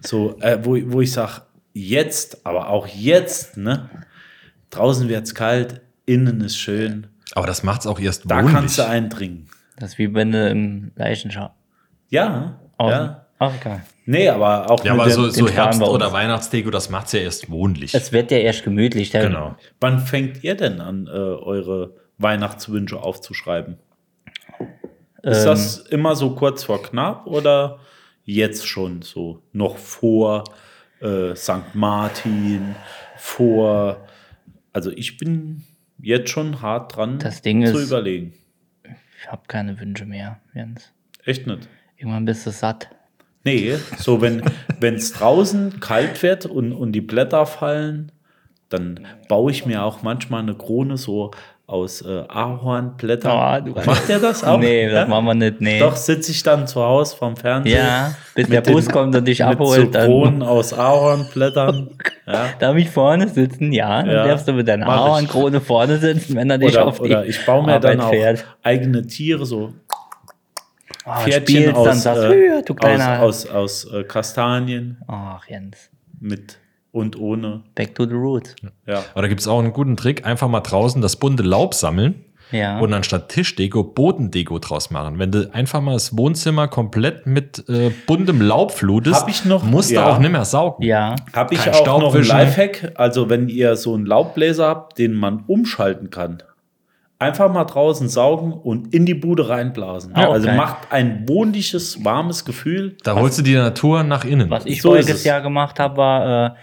So, äh, wo, wo ich sage, jetzt, aber auch jetzt, ne? Draußen wird es kalt, innen ist schön. Aber das macht's auch erst Da wohnlich. kannst du eindringen. Das ist wie wenn du im Leichenschau. Ja, Auch, ja. auch egal. Nee, aber auch ja, mit aber der- so, so den fahren Herbst- wir uns. oder Weihnachtsdeko, das macht's ja erst wohnlich. Es wird ja erst gemütlich. Dann genau. wann fängt ihr denn an, äh, eure Weihnachtswünsche aufzuschreiben? Ist Ähm, das immer so kurz vor knapp oder jetzt schon so? Noch vor äh, St. Martin, vor. Also ich bin jetzt schon hart dran Das Ding zu ist- überlegen. Ich habe keine Wünsche mehr, Jens. Echt nicht. Irgendwann bist du satt. Nee, so wenn es draußen kalt wird und, und die Blätter fallen, dann baue ich mir auch manchmal eine Krone so aus äh, Ah, Oh, Ahornblättern. du- Macht ihr das auch? Nee, das Ja? machen wir nicht. Nee. Doch sitze ich dann zu Hause vorm Fernseher. Ja, bis Mit der Bus den- kommt und dich mit abholt. So dann Kronen aus Ahornblättern. ja. darf ich vorne sitzen? Ja, dann Ja, darfst du mit deiner mach ich. Ahornkrone vorne sitzen, wenn er dich Oder, auf ich, die oder ich baue mir Arbeit dann auch fährt. eigene Tiere, so Oh, Pferdchen spielst, dann aus, sagst du, äh, "Hü, du kleiner. aus, aus, aus äh, Kastanien Ach, Jens. mit und ohne. Back to the roots. Ja. Aber da gibt's auch einen guten Trick, einfach mal draußen das bunte Laub sammeln Ja. und anstatt Tischdeko Bodendeko draus machen. Wenn du einfach mal das Wohnzimmer komplett mit äh, buntem Laub flutest, Hab ich noch- musst ja. du auch nicht mehr saugen. ja. Habe ich Kein auch noch einen Staubwischen. Lifehack. Also, wenn ihr so einen Laubbläser habt, den man umschalten kann, einfach mal draußen saugen und in die Bude reinblasen. Ah, Also okay. macht ein wohnliches, warmes Gefühl. Da holst du die Natur nach innen. Was ich So ist voriges es. Jahr gemacht habe, war,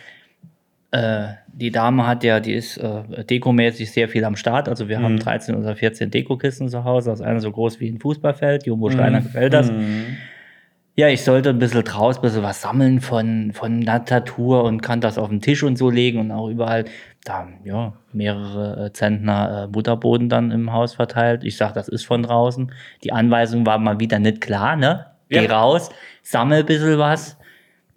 äh, äh, die Dame hat ja, die ist äh, dekomäßig sehr viel am Start. Also wir Mhm. haben 13 oder 14 Dekokisten zu Hause. Das eine so groß wie ein Fußballfeld. Jumbo Steiner Mhm. gefällt das. Ja, ich sollte ein bisschen draus, ein bisschen was sammeln von, von der Natur und kann das auf den Tisch und so legen und auch überall. Da, ja, mehrere äh, Zentner äh, Butterboden dann im Haus verteilt. Ich sag, das ist von draußen. Die Anweisung war mal wieder nicht klar, ne? Geh Ja. raus, sammel ein bisschen was.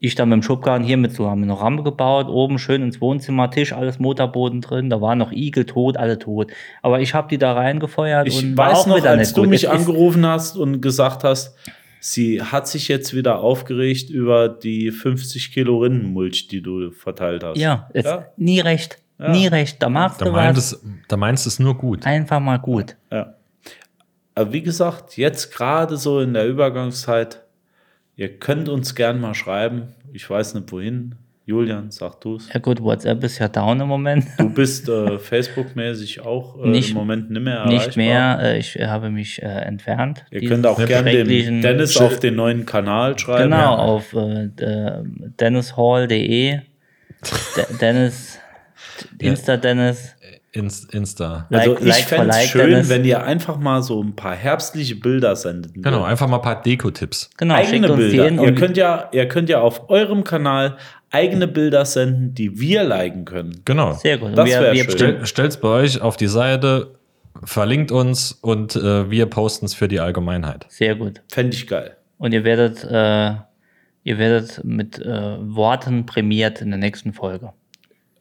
Ich dann mit dem Schubkarren hier mit so, haben wir noch Rampe gebaut, oben schön ins Wohnzimmer, Tisch, alles Motorboden drin, da waren noch Igel tot, alle tot. Aber ich habe die da reingefeuert Ich und war weiß auch noch, wieder als nicht du gut. mich Es ist- angerufen hast und gesagt hast, sie hat sich jetzt wieder aufgeregt über die 50 Kilo Rindenmulch, die du verteilt hast. Ja, es, Ja. nie recht, Ja. nie recht. Da machst Da du was. meint, es, da meinst du es nur gut. Einfach mal gut. Aber wie gesagt, jetzt gerade so in der Übergangszeit, ihr könnt uns gern mal schreiben. Ich weiß nicht wohin. Julian, sag du es. Ja gut, WhatsApp ist ja down im Moment. Du bist äh, Facebook-mäßig auch äh, Nicht- im Moment nicht mehr erreichbar. Nicht mehr. Äh, ich äh, habe mich äh, entfernt. Ihr Dieses könnt auch gern dem schrecklichen- Dennis Sch- auf den neuen Kanal schreiben. Genau, Ja. auf äh, äh, dennishall.de. De Dennis, Insta-Dennis. Ins, Insta. Like- Also ich Like for fänd's Like, schön, Dennis. wenn ihr einfach mal so ein paar herbstliche Bilder sendet. Genau, einfach mal ein paar Deko-Tipps. Genau, schickt eigene uns die Bilder. hin. Ihr Und könnt, ja, ihr könnt ja auf eurem Kanal eigene Bilder senden, die wir liken können. Genau. sehr gut. Und Das wir, wär wir schön. bestimmen, Stell, stellt's bei euch auf die Seite, verlinkt uns und äh, wir posten's für die Allgemeinheit. sehr gut. Fände ich geil. Und ihr werdet, äh, ihr werdet mit äh, Worten prämiert in der nächsten Folge.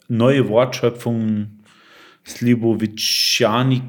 Neue Wortschöpfungen, Slivovicianica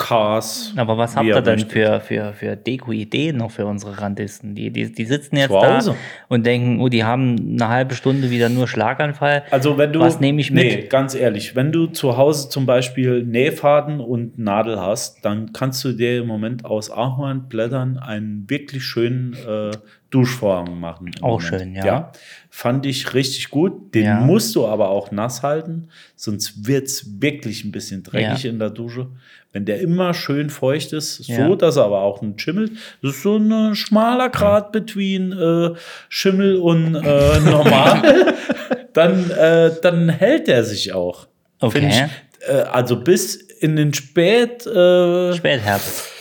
Cars. Aber was habt wie ihr er denn möchte. für, für, für Deko-Ideen noch für unsere Randisten? Die, die, die sitzen jetzt Zu da Hause. und denken, oh, die haben eine halbe Stunde wieder nur Schlaganfall. Also wenn du Was nehme ich mit? Nee, ganz ehrlich, wenn du zu Hause zum Beispiel Nähfaden und Nadel hast, dann kannst du dir im Moment aus Ahornblättern einen wirklich schönen äh, Duschvorhang machen. im Auch Moment. schön, ja. Fand ich richtig gut. Den Ja. musst du aber auch nass halten, sonst wird es wirklich ein bisschen dreckig Ja. in der Dusche. Wenn der immer schön feucht ist, so Ja. dass er aber auch nicht schimmelt, das ist so ein äh, schmaler Grad between äh, Schimmel und äh, normal. dann, äh, dann hält er sich auch. Okay. Find Ich, äh, also bis in den Spät, äh, Spätherbst.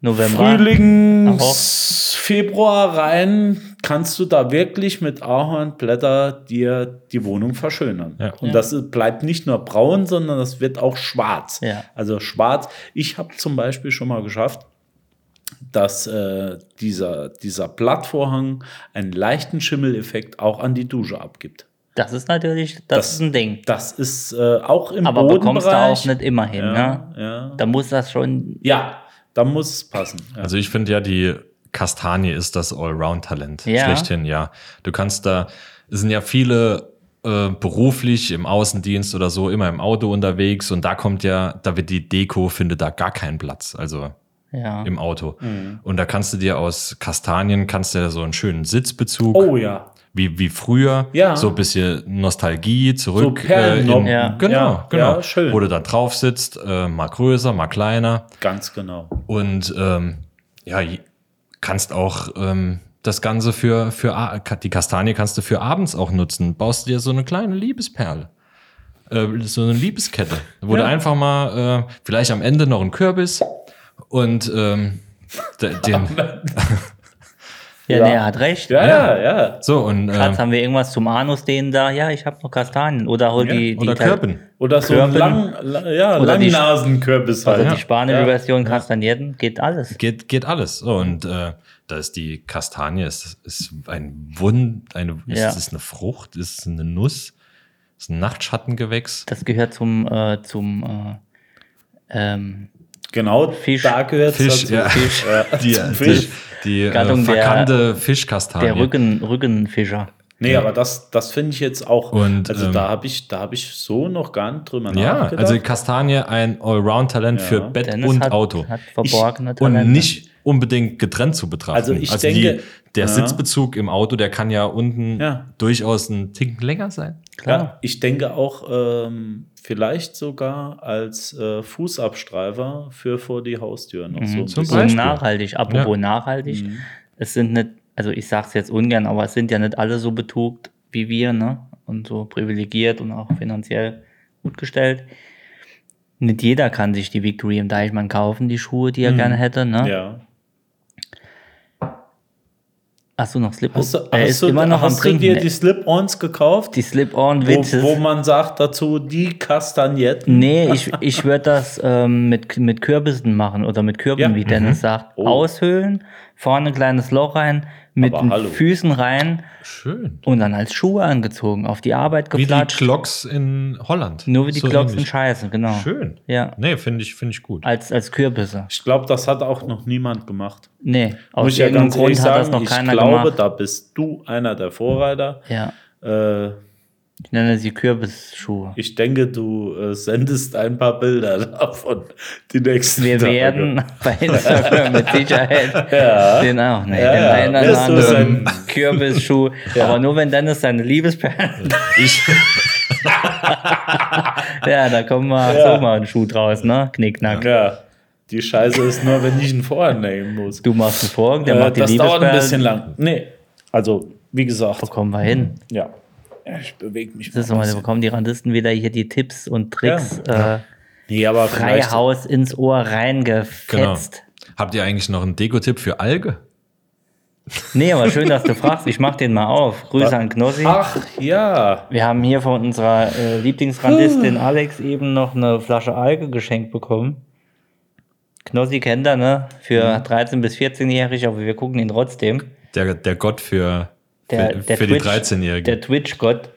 November. Frühlings, Februar rein, kannst du da wirklich mit Ahornblätter dir die Wohnung verschönern. Ja. Und das ist- bleibt nicht nur braun, sondern das wird auch schwarz. Ja. Also schwarz. Ich habe zum Beispiel schon mal geschafft, dass äh, dieser, dieser Blattvorhang einen leichten Schimmeleffekt auch an die Dusche abgibt. Das ist natürlich, das, ist ein Ding. Das ist äh, auch im Aber bekommst du auch Bodenbereich. nicht immer hin, ja, ne? ja. Da muss das schon. ja, da muss es passen. Ja. Also ich finde ja, die Kastanie ist das Allround-Talent. Ja. Schlechthin, ja. Du kannst da, es sind ja viele äh, beruflich im Außendienst oder so immer im Auto unterwegs und da kommt ja, da wird die Deko, findet da gar keinen Platz. Also Ja. im Auto. Mhm. Und da kannst du dir aus Kastanien, kannst du dir so einen schönen Sitzbezug, Oh ja. wie, wie früher, Ja. so ein bisschen Nostalgie So zurück. Perlennoppen. Ja. Genau, Ja, genau. ja, schön. Wo du dann drauf sitzt, äh, mal größer, mal kleiner. Ganz genau. Und ähm, ja, je- kannst auch ähm, das Ganze für, für a- ka- die Kastanie kannst du für abends auch nutzen. Baust dir so eine kleine Liebesperle. Äh, so eine Liebeskette. Wo du einfach mal äh, vielleicht am Ende noch einen Kürbis und ähm, de- den, Ja, Ja. nee, er hat recht. Ja, ja, ja. so und Katz, ähm, haben wir irgendwas zum Anus denen da? Ja, ich habe noch Kastanien. Oder hol die, die oder Ital- Körben. Oder so ein Körben. lang, la- ja, Oder die- Langnasenkürbis halt. Also Ja. die spanische Ja. Version Kastagnetten geht alles. Geht, geht alles. So, und äh, da ist die Kastanie, ist, ist ein Wund, eine, Ja. ist, ist eine Frucht, ist eine Nuss, ist ein Nachtschattengewächs. Das gehört zum, äh, zum äh, ähm, Genau, Fisch. da gehört Fisch, dazu. ja. Fisch. Ja, die, zum Fisch. die, die äh, Gattung der- verkannte der Fischkastanie. Rücken, Rückenfischer. Nee, aber das, das finde ich jetzt auch. Und, also ähm, da habe ich, da habe ich so noch gar nicht drüber ja, nachgedacht. also Kastanie ein Allround-Talent für Bett Dennis und hat, Auto. hat verborgene Talente. und nicht unbedingt getrennt zu betrachten. Also ich denke- der Ja. Sitzbezug im Auto, der kann ja unten Ja. durchaus ein Ticken länger sein. Ja, ich denke auch ähm, vielleicht sogar als äh, Fußabstreifer für vor die Haustür noch so ein Mhm, Zum bisschen. Und Beispiel. nachhaltig, apropos nachhaltig. Mhm. Es sind nicht, also ich sag's jetzt ungern, aber es sind ja nicht alle so betugt wie wir, ne? Und so privilegiert und auch finanziell gut gestellt. Nicht jeder kann sich die Victory im Deichmann kaufen, die Schuhe, die er gerne hätte, ne? Mhm. Ja. Hast du noch Slip? Hast du, er hast ist du, immer noch am hast du Trinken. dir ey. die Slip-Ons gekauft? die Slip-On-Witches. wo, wo man sagt dazu die Kastagnetten. Nee, ich, ich würde das ähm, mit, mit Kürbissen machen oder mit Kürben, Ja. wie Dennis sagt. Oh. Aushöhlen, vorne ein kleines Loch rein, mit Aber den hallo. Füßen rein Schön. und dann als Schuhe angezogen, auf die Arbeit Wie die geplatscht. Glocks in Holland. nur wie die So Glocks in ähnlich. Scheiße, genau. Schön. Ja, Nee, finde ich, finde ich gut. als, als Kürbisse. Ich glaube, das hat auch noch niemand gemacht. Nee, Muss aus ich ja irgendeinem ganz Grund ehrlich hat sagen, das noch ich keiner glaube, gemacht. da bist du einer der Vorreiter. Ja, Äh, ich nenne sie Kürbisschuhe. ich denke, du äh, sendest ein paar Bilder davon die nächsten Wir Tage. werden bei Instagram mit Sicherheit den auch, ne, Ja, den ja, einen wirst oder du anderen sein- Kürbisschuh. Aber nur wenn Dennis seine Liebesperlen Ich, Ja, da kommen wir Ja. so mal einen Schuh draus, ne? Knickknack. Ja, die Scheiße ist nur, wenn ich einen Vorhängen muss. Du machst einen Vorhang, der Äh, macht die das dauert ein bisschen Liebesperlen. lang. Nee, also wie gesagt, Wo kommen wir hin? ja. Ich bewege mich. Das ist mal ein mal, da bisschen. bekommen die Randisten wieder hier die Tipps und Tricks. äh, nee, aber vielleicht- Freihaus ins Ohr genau. reingefetzt. Habt ihr eigentlich noch einen Dekotipp für Alge? Nee, aber schön, dass du fragst. Ich mach den mal auf. Grüße an Knossi. Ach ja, Wir haben hier von unserer äh, Lieblingsrandistin Alex eben noch eine Flasche Alge geschenkt bekommen. Knossi kennt er, ne? Für Mhm. 13- bis 14-Jährige, aber wir gucken ihn trotzdem. Der, der Gott für, Der, für, der für die Twitch- 13-Jährigen. Der Twitch-Gott.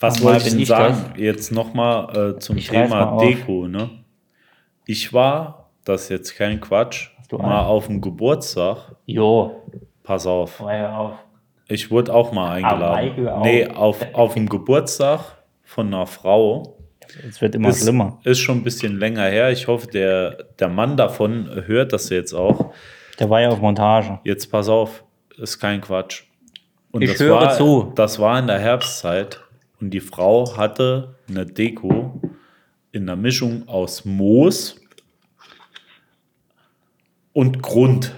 was Mal wollte ich bin denn ich sagen? Jetzt nochmal äh, zum Ich reiß mal Thema auf. Deko, ne? Ich war, das ist jetzt kein Quatsch, du mal einen? auf dem Geburtstag. Jo, Pass auf. hör auf. Ich wurde auch mal Ah, eingeladen. Michael auch. Nee, auf, auf dem Geburtstag von einer Frau. Es wird immer schlimmer. Ist schon ein bisschen länger her. Ich hoffe, der, der Mann davon hört das jetzt auch. Der war ja auf Montage. Jetzt pass auf, ist kein Quatsch. Und Ich höre war, zu. Das war in der Herbstzeit und die Frau hatte eine Deko in einer Mischung aus Moos und Grund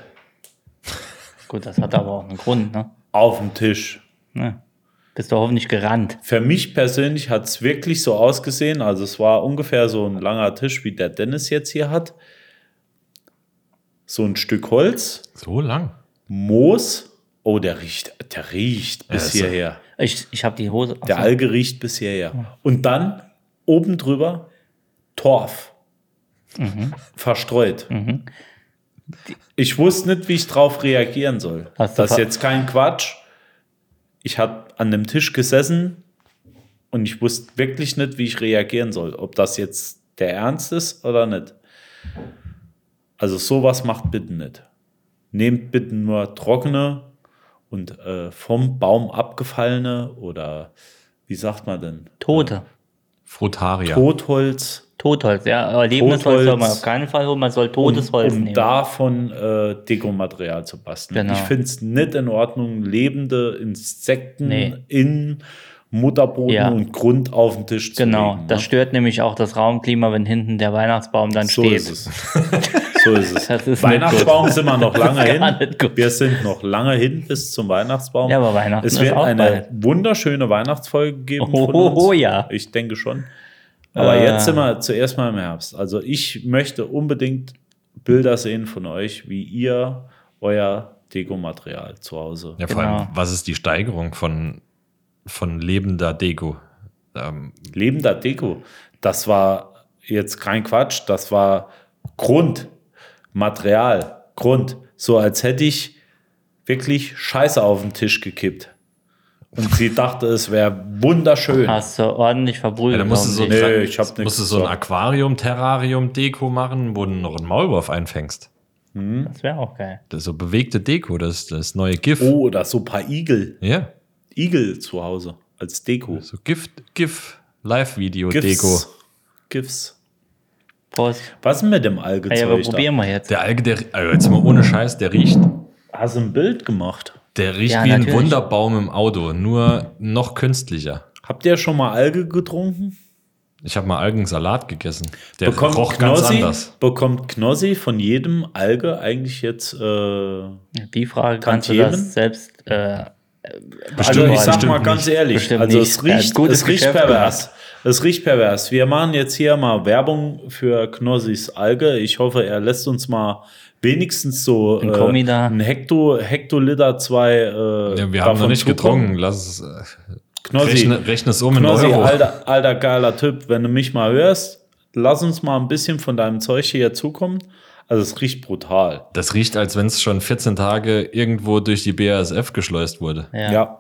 Gut, das hat aber auch einen Grund, ne? auf dem Tisch. ne? Bist du hoffentlich gerannt. Für mich persönlich hat es wirklich so ausgesehen. Also es war ungefähr so ein langer Tisch, wie der Dennis jetzt hier hat. So ein Stück Holz, So lang. Moos. Oh, der riecht, der riecht Ja, ist bis er. hierher. Ich, ich habe die Hose. also Ach Der so. Alge riecht bis hierher. Und dann oben drüber Torf. Verstreut. Mhm. Ich wusste nicht, wie ich drauf reagieren soll. Hast du das ist ver- jetzt kein Quatsch. Ich habe an dem Tisch gesessen und ich wusste wirklich nicht, wie ich reagieren soll. Ob das jetzt der Ernst ist oder nicht. Also sowas macht bitte nicht. Nehmt bitte nur trockene und äh, vom Baum abgefallene oder wie sagt man denn? Tote. Frotaria. Totholz, Totholz, ja. Aber lebendes Totholz. Holz soll man auf keinen Fall holen. Man soll totes um, Holz um nehmen. davon äh, Dekomaterial zu basteln. Genau. Ich finde es nicht in Ordnung, lebende Insekten Nee. in Mutterboden Ja. und Grund auf den Tisch zu genau. legen. Das ne? stört nämlich auch das Raumklima, wenn hinten der Weihnachtsbaum dann so steht. ist es. So ist es. Das ist Weihnachtsbaum nicht gut. sind wir noch Das ist lange gar nicht hin. gut. Wir sind noch lange hin bis zum Weihnachtsbaum. Ja, aber Weihnachten es ist wird auch eine bald. wunderschöne Weihnachtsfolge geben. Oh, von oh, uns. oh, ja. Ich denke schon. Aber Äh. jetzt sind wir zuerst mal im Herbst. Also ich möchte unbedingt Bilder sehen von euch, wie ihr euer Dekomaterial zu Hause. Ja, vor allem, genau. was ist die Steigerung von, von lebender Deko? Ähm, Lebender Deko. Das war jetzt kein Quatsch, das war Grund, Material, Grund. So als hätte ich wirklich Scheiße auf den Tisch gekippt. Und sie dachte, es wäre wunderschön. Hast du ordentlich verbrüht. ja, da musst du so, ein Nee, Tra- ich hab nix musst du so ein gesagt. Aquarium-Terrarium-Deko machen, wo du noch einen Maulwurf einfängst. das wäre auch geil. Das ist so bewegte Deko, das, das neue GIF. Oh, oder so ein paar Igel. Ja, Igel zu Hause als Deko. so GIF, GIF, Live-Video-Deko. GIFs. Prost. Was ist denn mit dem Alge? Ja, aber probieren wir jetzt. Der Alge, der, also jetzt mal ohne Scheiß, der riecht, Hast du ein Bild gemacht? der riecht Ja, wie ein natürlich. Wunderbaum im Auto, nur noch künstlicher. Habt ihr schon mal Alge getrunken? Ich habe mal Algensalat gegessen. Der roch ganz Knossi, anders. bekommt Knossi von jedem Alge eigentlich jetzt äh, Die Frage kannst du Tantiemen? das selbst. Äh, Also Antworten. ich sag mal Bestimmt ganz nicht. ehrlich, Bestimmt also nicht. es Er hat riecht, gutes es riecht Geschäft pervers. Es riecht pervers. Wir machen jetzt hier mal Werbung für Knossis Alge. Ich hoffe, er lässt uns mal wenigstens so äh, Ein Kommi da. ein Hekto, Hektoliter zwei. Äh, Ja, wir haben noch davon nicht zukommen. getrunken. Lass es. äh, Knossi, Rechne, rechne es um in Knossi Euro. alter, alter geiler Typ, wenn du mich mal hörst, lass uns mal ein bisschen von deinem Zeug hier zukommen. Also es riecht brutal. Das riecht, als wenn es schon 14 Tage irgendwo durch die BASF geschleust wurde. ja. Ja,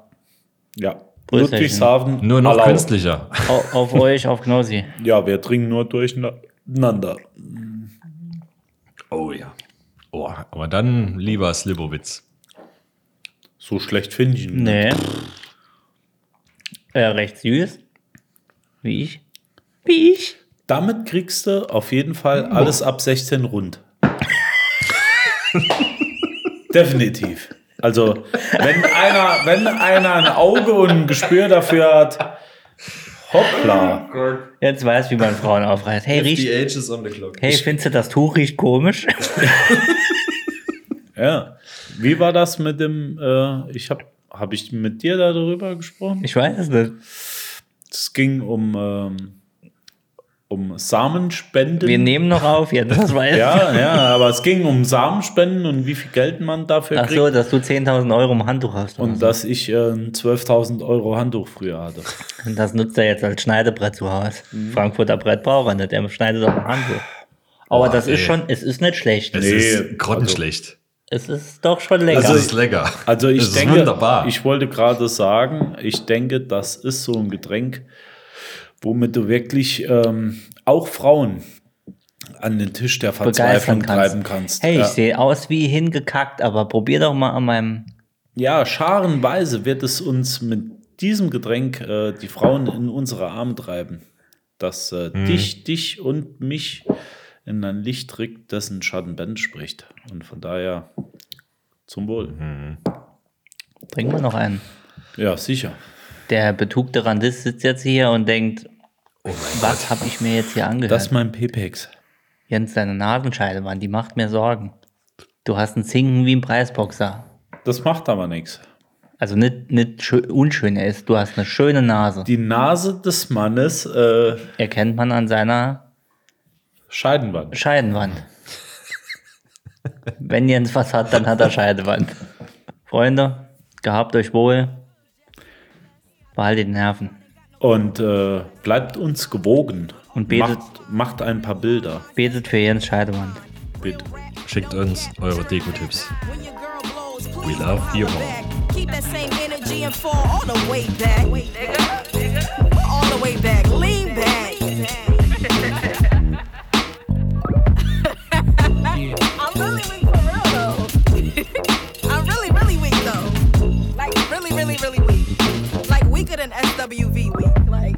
ja. Grüß euch, ne? Ludwigshafen. Nur noch Alau. künstlicher. Au- Auf euch, auf Knossi. Ja, wir trinken nur durcheinander. Oh ja. Oh, aber dann lieber Slibowitz. So schlecht finde ich ihn. Nee. Äh, recht süß. Wie ich. Wie ich. Damit kriegst du auf jeden Fall alles ab 16 rund. Definitiv. Also, wenn einer, wenn einer ein Auge und ein Gespür dafür hat, hoppla. Jetzt weiß, wie man Frauen aufreißt. Hey, riecht, ages on the clock. hey, findest du das Tuch riecht komisch? Ja. Wie war das mit dem, äh, ich habe hab ich mit dir darüber gesprochen? Ich weiß es nicht. Es ging um, ähm, um Samenspenden. Wir nehmen noch auf jetzt, das weiß ich. ja, ja, aber es ging um Samenspenden und wie viel Geld man dafür Ach kriegt. so, dass du 10.000 Euro im Handtuch hast. Und dass ich äh, ein 12.000 Euro Handtuch früher hatte. Und das nutzt er jetzt als Schneidebrett zu Hause. Mhm. Frankfurter Brett braucht er nicht, er schneidet auch im Handtuch. Aber Boah, das ist ey. schon, es ist nicht schlecht. Es Nee, ist grottenschlecht. Es ist doch schon lecker. Also, Also es ist lecker. Also ich es ist denke, wunderbar. ich wollte gerade sagen, ich denke, das ist so ein Getränk, womit du wirklich ähm, auch Frauen, an den Tisch der begeistern Verzweiflung kannst. treiben kannst. Hey, ja. ich sehe aus wie hingekackt, aber probier doch mal an meinem. ja, scharenweise wird es uns mit diesem Getränk äh, die Frauen in unsere Arme treiben, das äh, Mhm. dich, dich und mich in ein Licht trägt, dessen Schatten Band spricht. Und von daher zum Wohl. Mhm. Trinken wir noch einen. Ja, sicher. Der betugte Randist sitzt jetzt hier und denkt, was habe ich mir jetzt hier angehört? Oh Das ist mein Pepex. Jens, deine Nasenscheide, Mann, die macht mir Sorgen. Du hast einen Zinken wie ein Preisboxer. Das macht aber nichts. Also nicht, nicht schö- unschön er ist, du hast eine schöne Nase. Die Nase des Mannes äh, Erkennt man an seiner Scheidenwand. Scheidenwand. Wenn Jens was hat, dann hat er Scheidewand. Freunde, gehabt euch wohl. Behaltet die Nerven. Und äh, bleibt uns gewogen. Und betet- Macht, macht ein paar Bilder, Betet für Jens Scheidewand. bitte. Schickt uns eure Deko-Tipps. We love you all. Keep that same energy and fall all the way back. All the way back. Lean back. I'm really weak for real though. I'm really, really weak though. Like really, really, really weak. Like weaker than SWV weak.